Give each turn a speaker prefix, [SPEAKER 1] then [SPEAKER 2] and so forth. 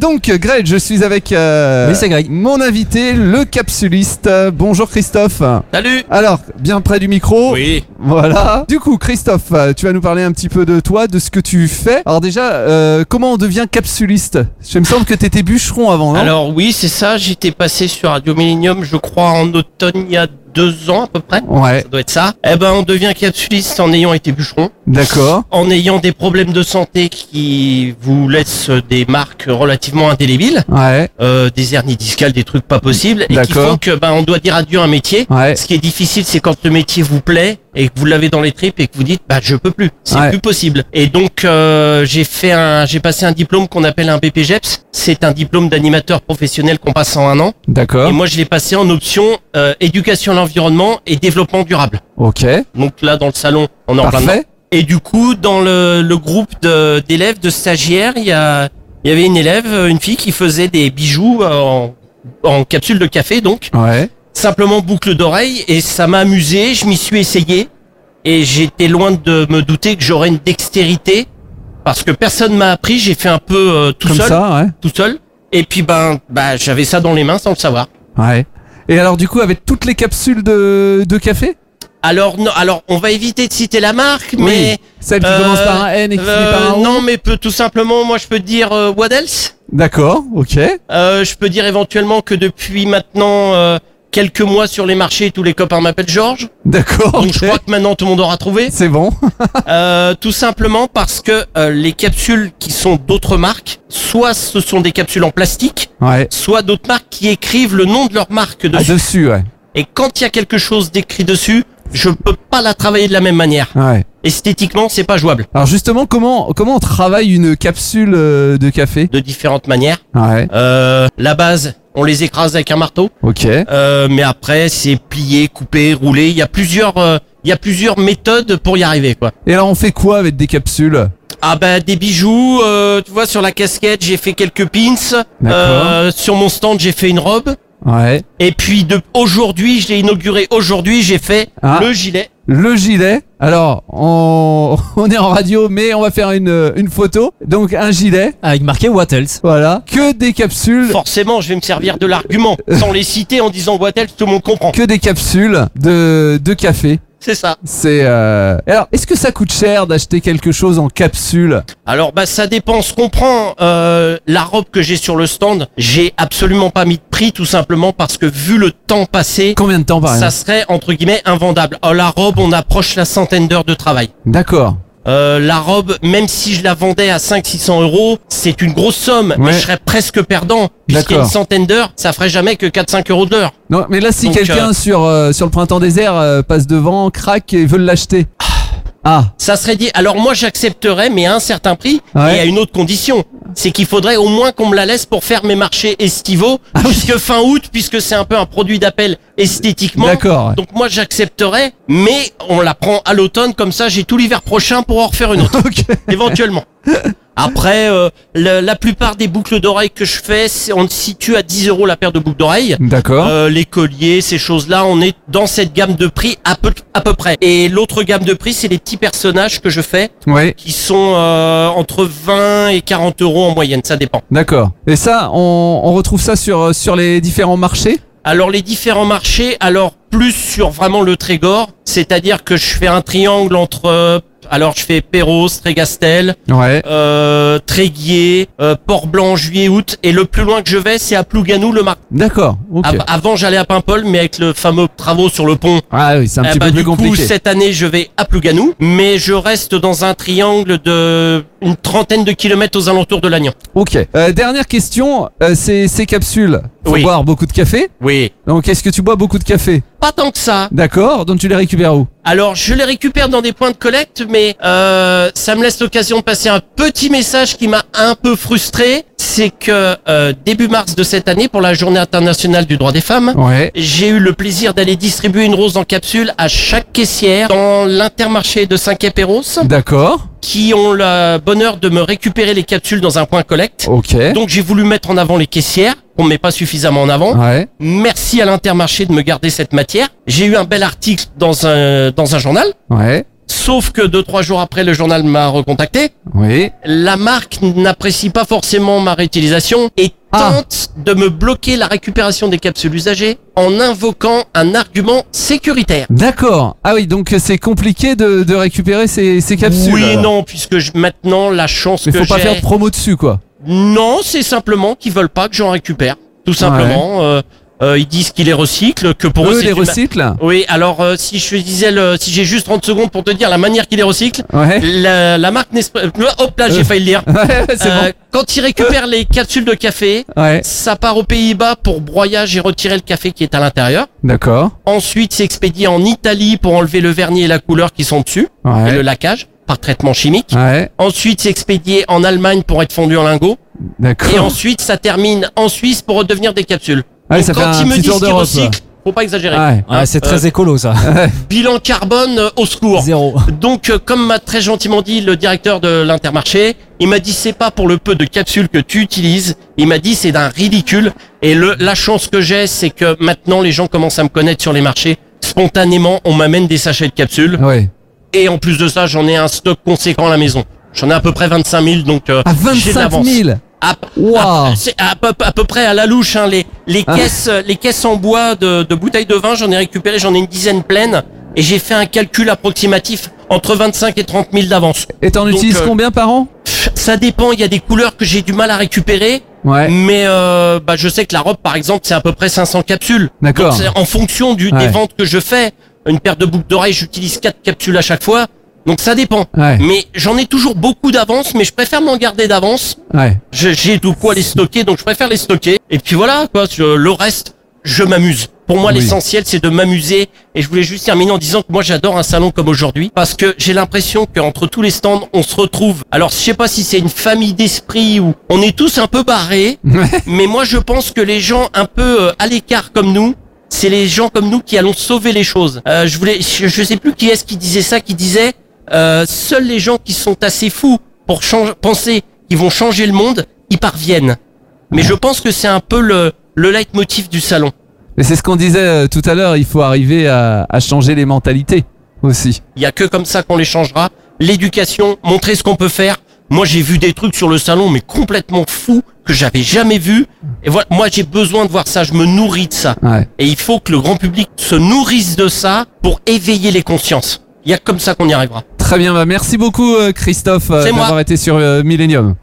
[SPEAKER 1] donc Greg, je suis avec euh,
[SPEAKER 2] Oui, c'est Greg.
[SPEAKER 1] mon invité, le capsuliste. Euh, Bonjour Christophe.
[SPEAKER 3] Salut
[SPEAKER 1] Alors, bien près du micro.
[SPEAKER 3] Oui.
[SPEAKER 1] Voilà. Du coup, Christophe, euh, tu vas nous parler un petit peu de toi, de ce que tu fais. Alors déjà, euh, comment on devient capsuliste Je me semble que t'étais bûcheron avant, non
[SPEAKER 3] Alors oui, c'est ça, j'étais passé sur Radio Millennium, je crois, en automne il y a deux ans à peu près.
[SPEAKER 1] Ouais,
[SPEAKER 3] Ça doit être ça. Eh ben, on devient capsuliste en ayant été bûcheron,
[SPEAKER 1] d'accord.
[SPEAKER 3] en ayant des problèmes de santé qui vous laissent des marques relativement indélébiles,
[SPEAKER 1] Ouais,
[SPEAKER 3] euh, des hernies discales, des trucs pas possibles, et qui
[SPEAKER 1] D'accord.
[SPEAKER 3] font que ben, on doit dire adieu à un métier.
[SPEAKER 1] ouais.
[SPEAKER 3] Ce qui est difficile, c'est quand le métier vous plaît et que vous l'avez dans les tripes et que vous dites bah je peux plus, c'est
[SPEAKER 1] Ouais.
[SPEAKER 3] plus possible. Et donc euh, j'ai fait un, j'ai passé un diplôme qu'on appelle un BPGEPS. E C'est un diplôme d'animateur professionnel qu'on passe en un an.
[SPEAKER 1] D'accord.
[SPEAKER 3] Et moi je l'ai passé en option euh, éducation à l'environnement et développement durable.
[SPEAKER 1] Ok.
[SPEAKER 3] Donc là dans le salon on est en plein dedans.
[SPEAKER 1] Parfait.
[SPEAKER 3] Et du coup dans le, le groupe de- d'élèves de stagiaires il y a il y avait une élève, euh, une fille qui faisait des bijoux euh, en, en capsule de café donc
[SPEAKER 1] Ouais.
[SPEAKER 3] simplement boucle d'oreille et ça m'a amusé, je m'y suis essayé et j'étais loin de me douter que j'aurais une dextérité parce que personne m'a appris, j'ai fait un peu euh, tout
[SPEAKER 1] Comme
[SPEAKER 3] seul,
[SPEAKER 1] ça, ouais.
[SPEAKER 3] tout seul et puis ben bah j'avais ça dans les mains sans le savoir.
[SPEAKER 1] Ouais. Et alors du coup, avec toutes les capsules de, de café
[SPEAKER 3] Alors non, alors on va éviter de citer la marque mais
[SPEAKER 1] Celle qui
[SPEAKER 3] Euh,
[SPEAKER 1] commence par un N et qui finit
[SPEAKER 3] euh,
[SPEAKER 1] par un O
[SPEAKER 3] non mais peu- tout simplement moi je peux dire euh, what else
[SPEAKER 1] D'accord, ok.
[SPEAKER 3] Euh, je peux dire éventuellement que depuis maintenant euh, quelques mois sur les marchés tous les copains m'appellent Georges.
[SPEAKER 1] D'accord,
[SPEAKER 3] Donc
[SPEAKER 1] ok.
[SPEAKER 3] je crois que maintenant tout le monde aura trouvé.
[SPEAKER 1] C'est bon.
[SPEAKER 3] Euh, tout simplement parce que euh, les capsules qui sont d'autres marques, soit ce sont des capsules en plastique,
[SPEAKER 1] Ouais.
[SPEAKER 3] soit d'autres marques qui écrivent le nom de leur marque
[SPEAKER 1] Ah,
[SPEAKER 3] dessus.
[SPEAKER 1] dessus, ouais.
[SPEAKER 3] Et quand il y a quelque chose d'écrit dessus, je peux pas la travailler de la même manière.
[SPEAKER 1] Ouais.
[SPEAKER 3] Esthétiquement, c'est pas jouable.
[SPEAKER 1] Alors justement, comment comment on travaille une capsule euh, de café
[SPEAKER 3] De différentes manières.
[SPEAKER 1] Ouais.
[SPEAKER 3] Euh, la base, on les écrase avec un marteau,
[SPEAKER 1] Ok.
[SPEAKER 3] euh, mais après c'est plié, coupé, roulé. Il y a plusieurs, euh, il y a plusieurs méthodes pour y arriver, quoi.
[SPEAKER 1] Et alors on fait quoi avec des capsules
[SPEAKER 3] Ah bah des bijoux, euh, tu vois sur la casquette j'ai fait quelques pins,
[SPEAKER 1] D'accord.
[SPEAKER 3] Euh, sur mon stand j'ai fait une robe,
[SPEAKER 1] Ouais.
[SPEAKER 3] et puis de aujourd'hui je l'ai inauguré, aujourd'hui j'ai fait
[SPEAKER 1] Ah.
[SPEAKER 3] le gilet.
[SPEAKER 1] Le gilet. Alors on, on est en radio, mais on va faire une euh, une photo. Donc un gilet.
[SPEAKER 2] Avec marqué What Else.
[SPEAKER 1] Voilà. Que des capsules.
[SPEAKER 3] Forcément je vais me servir de l'argument, sans les citer en disant what else tout le monde comprend.
[SPEAKER 1] Que des capsules de de café.
[SPEAKER 3] C'est ça.
[SPEAKER 1] C'est. Euh... Alors est-ce que ça coûte cher d'acheter quelque chose en capsule
[SPEAKER 3] Alors bah ça dépend ce qu'on prend. Euh, la robe que j'ai sur le stand, j'ai absolument pas mis de prix tout simplement parce que vu le temps passé,
[SPEAKER 1] Combien de temps par
[SPEAKER 3] ça
[SPEAKER 1] exemple
[SPEAKER 3] serait entre guillemets invendable. Oh la robe on approche la centaine d'heures de travail.
[SPEAKER 1] D'accord.
[SPEAKER 3] Euh, la robe, même si je la vendais à 500-600 euros, c'est une grosse somme, mais
[SPEAKER 1] Ouais.
[SPEAKER 3] je serais presque perdant. Puisqu'il y a
[SPEAKER 1] D'accord.
[SPEAKER 3] une centaine d'heures, ça ferait jamais que 4-5 euros de l'heure.
[SPEAKER 1] Non, mais là, si
[SPEAKER 3] Donc,
[SPEAKER 1] quelqu'un sur, euh, sur le printemps désert euh, passe devant, craque et veut l'acheter. Ah,
[SPEAKER 3] Ça serait dit, alors moi j'accepterais, mais à un certain prix,
[SPEAKER 1] Ouais.
[SPEAKER 3] et à une autre condition. C'est qu'il faudrait au moins qu'on me la laisse pour faire mes marchés estivaux,
[SPEAKER 1] Ah
[SPEAKER 3] jusque fin août, puisque c'est un peu un produit d'appel esthétiquement.
[SPEAKER 1] d'accord.
[SPEAKER 3] Donc moi j'accepterais, mais on la prend à l'automne, comme ça j'ai tout l'hiver prochain pour en refaire une autre.
[SPEAKER 1] Ok.
[SPEAKER 3] éventuellement. Après, euh, la, la plupart des boucles d'oreilles que je fais, c'est- on se situe à 10 euros la paire de boucles d'oreilles.
[SPEAKER 1] D'accord.
[SPEAKER 3] Euh, les colliers, ces choses-là, on est dans cette gamme de prix à peu, à peu près. Et l'autre gamme de prix, c'est les petits personnages que je fais,
[SPEAKER 1] Oui,
[SPEAKER 3] qui sont euh, entre 20 et 40 euros en moyenne, ça dépend.
[SPEAKER 1] d'accord. Et ça, on, on retrouve ça sur, euh, sur les différents marchés
[SPEAKER 3] Alors les différents marchés, alors plus sur vraiment le Trégor, c'est-à-dire que je fais un triangle entre... euh, alors je fais Perros, Trégastel,
[SPEAKER 1] Ouais.
[SPEAKER 3] euh, Tréguier, euh, Port-Blanc, juillet, août. Et le plus loin que je vais, c'est à Plouganou, le marché.
[SPEAKER 1] D'accord, ok.
[SPEAKER 3] Avant, j'allais à Paimpol, mais avec le fameux travaux sur le pont,
[SPEAKER 1] Ah oui, c'est un
[SPEAKER 3] eh
[SPEAKER 1] petit
[SPEAKER 3] bah,
[SPEAKER 1] peu
[SPEAKER 3] du
[SPEAKER 1] plus
[SPEAKER 3] coup,
[SPEAKER 1] compliqué.
[SPEAKER 3] cette année, je vais à Plouganou. Mais je reste dans un triangle de une trentaine de kilomètres aux alentours de Lannion.
[SPEAKER 1] ok. Euh, dernière question, euh, c'est ces capsules. Faut
[SPEAKER 3] Oui.
[SPEAKER 1] boire beaucoup de café.
[SPEAKER 3] Oui.
[SPEAKER 1] Donc, est-ce que tu bois beaucoup de café
[SPEAKER 3] Pas tant que ça.
[SPEAKER 1] D'accord, donc tu les récupères où
[SPEAKER 3] Alors, je les récupère dans des points de collecte, mais euh, ça me laisse l'occasion de passer un petit message qui m'a un peu frustré. C'est que euh, début mars de cette année, pour la Journée internationale du droit des femmes,
[SPEAKER 1] Ouais.
[SPEAKER 3] J'ai eu le plaisir d'aller distribuer une rose en capsule à chaque caissière dans l'intermarché de saint et Perros,
[SPEAKER 1] D'accord,
[SPEAKER 3] qui ont le bonheur de me récupérer les capsules dans un point collecte.
[SPEAKER 1] ok.
[SPEAKER 3] Donc j'ai voulu mettre en avant les caissières, qu'on ne met pas suffisamment en avant.
[SPEAKER 1] Ouais,
[SPEAKER 3] Merci à l'intermarché de me garder cette matière. J'ai eu un bel article dans un, dans un journal.
[SPEAKER 1] ouais.
[SPEAKER 3] Sauf que deux trois jours après, le journal m'a recontacté.
[SPEAKER 1] Oui.
[SPEAKER 3] La marque n'apprécie pas forcément ma réutilisation et
[SPEAKER 1] Ah.
[SPEAKER 3] tente de me bloquer la récupération des capsules usagées en invoquant un argument sécuritaire.
[SPEAKER 1] D'accord. Ah oui, donc euh, c'est compliqué de, de récupérer ces, ces capsules.
[SPEAKER 3] oui,
[SPEAKER 1] alors.
[SPEAKER 3] non, puisque je- maintenant la chance
[SPEAKER 1] Mais
[SPEAKER 3] que
[SPEAKER 1] faut pas
[SPEAKER 3] j'ai-
[SPEAKER 1] faire de promo dessus, quoi.
[SPEAKER 3] Non, c'est simplement qu'ils veulent pas que j'en récupère. Tout simplement, Euh, euh, ils disent qu'ils les recyclent, que pour eux,
[SPEAKER 1] Eux,
[SPEAKER 3] c'est
[SPEAKER 1] les
[SPEAKER 3] du ma-
[SPEAKER 1] recyclent.
[SPEAKER 3] Oui, alors euh, si je disais, le, si j'ai juste 30 secondes pour te dire la manière qu'ils les recyclent,
[SPEAKER 1] Ouais.
[SPEAKER 3] la, la marque Nespresso, hop là, j'ai
[SPEAKER 1] Euh,
[SPEAKER 3] failli le dire.
[SPEAKER 1] Ouais, c'est
[SPEAKER 3] Euh, Quand ils récupèrent les capsules de café,
[SPEAKER 1] bon. Ouais.
[SPEAKER 3] ça part aux Pays-Bas pour broyage et retirer le café qui est à l'intérieur.
[SPEAKER 1] D'accord.
[SPEAKER 3] Ensuite, c'est expédié en Italie pour enlever le vernis et la couleur qui sont dessus et le
[SPEAKER 1] Ouais.
[SPEAKER 3] laquage par traitement chimique.
[SPEAKER 1] Ouais.
[SPEAKER 3] Ensuite, c'est expédié en Allemagne pour être fondu en lingots. Et
[SPEAKER 1] D'accord.
[SPEAKER 3] ensuite, ça termine en Suisse pour redevenir des capsules.
[SPEAKER 1] Ouais,
[SPEAKER 3] Donc,
[SPEAKER 1] ça fait
[SPEAKER 3] quand
[SPEAKER 1] un
[SPEAKER 3] ils me
[SPEAKER 1] petit
[SPEAKER 3] disent
[SPEAKER 1] tour
[SPEAKER 3] qu'ils
[SPEAKER 1] d'Europe.
[SPEAKER 3] recyclent, faut pas exagérer.
[SPEAKER 1] Ouais.
[SPEAKER 3] Hein,
[SPEAKER 2] Ouais, Ah, c'est
[SPEAKER 3] euh,
[SPEAKER 2] très écolo ça.
[SPEAKER 3] bilan carbone euh, au secours.
[SPEAKER 2] Zéro.
[SPEAKER 3] Donc, euh, comme m'a très gentiment dit le directeur de l'Intermarché, il m'a dit c'est pas pour le peu de capsules que tu utilises. Il m'a dit c'est d'un ridicule. Et le, la chance que j'ai, c'est que maintenant les gens commencent à me connaître sur les marchés. Spontanément, on m'amène des sachets de capsules.
[SPEAKER 1] Ouais.
[SPEAKER 3] Et en plus de ça, j'en ai un stock conséquent à la maison. J'en ai à peu près 25 000, donc euh,
[SPEAKER 1] À
[SPEAKER 3] j'ai de
[SPEAKER 1] 25
[SPEAKER 3] l'avance.
[SPEAKER 1] 000.
[SPEAKER 3] À-
[SPEAKER 1] Waouh.
[SPEAKER 3] Ah, C'est à peu, à peu près à la louche, hein, les, les,
[SPEAKER 1] Ah.
[SPEAKER 3] caisses, euh, les caisses en bois de, de bouteilles de vin, j'en ai récupéré, j'en ai une dizaine pleines, et j'ai fait un calcul approximatif entre 25 et 30 000 d'avance.
[SPEAKER 1] Et t'en
[SPEAKER 3] Donc,
[SPEAKER 1] utilises
[SPEAKER 3] euh,
[SPEAKER 1] combien par an
[SPEAKER 3] Pff, Ça dépend, il y a des couleurs que j'ai du mal à récupérer,
[SPEAKER 1] Ouais.
[SPEAKER 3] mais euh, bah, je sais que la robe, par exemple, c'est à peu près 500 capsules. Donc
[SPEAKER 1] D'accord.
[SPEAKER 3] c'est en fonction du, des
[SPEAKER 1] Ouais.
[SPEAKER 3] ventes que je fais, une paire de boucles d'oreilles, j'utilise quatre capsules à chaque fois, donc ça dépend.
[SPEAKER 1] Ouais.
[SPEAKER 3] Mais j'en ai toujours beaucoup d'avance, mais je préfère m'en garder d'avance
[SPEAKER 1] Ouais.
[SPEAKER 3] je- J'ai tout quoi les stocker, donc je préfère les stocker. Et puis voilà, quoi, je- le reste, je m'amuse. Pour moi,
[SPEAKER 1] Oui.
[SPEAKER 3] l'essentiel, c'est de m'amuser. Et je voulais juste terminer en disant que moi, j'adore un salon comme aujourd'hui, parce que j'ai l'impression qu'entre tous les stands, on se retrouve. Alors, je sais pas si c'est une famille d'esprit ou on est tous un peu barrés, mais moi, je pense que les gens un peu euh, à l'écart comme nous, c'est les gens comme nous qui allons sauver les choses. Euh, je voulais, je, je sais plus qui est-ce qui disait ça, qui disait euh, seuls les gens qui sont assez fous pour change- penser qu'ils vont changer le monde y parviennent. Mais je pense que c'est un peu le, le leitmotiv du salon.
[SPEAKER 1] Mais c'est ce qu'on disait euh, tout à l'heure, il faut arriver à, à changer les mentalités aussi.
[SPEAKER 3] Il y a que comme ça qu'on les changera. L'éducation, montrer ce qu'on peut faire. Moi, j'ai vu des trucs sur le salon, mais complètement fous que j'avais jamais vu. Et voilà, moi, j'ai besoin de voir ça. Je me nourris de ça.
[SPEAKER 1] Ouais.
[SPEAKER 3] Et il faut que le grand public se nourrisse de ça pour éveiller les consciences. Il y a que comme ça qu'on y arrivera.
[SPEAKER 1] Très bien, bah merci beaucoup euh, Christophe euh,
[SPEAKER 3] C'est moi.
[SPEAKER 1] d'avoir été sur euh, Millennium.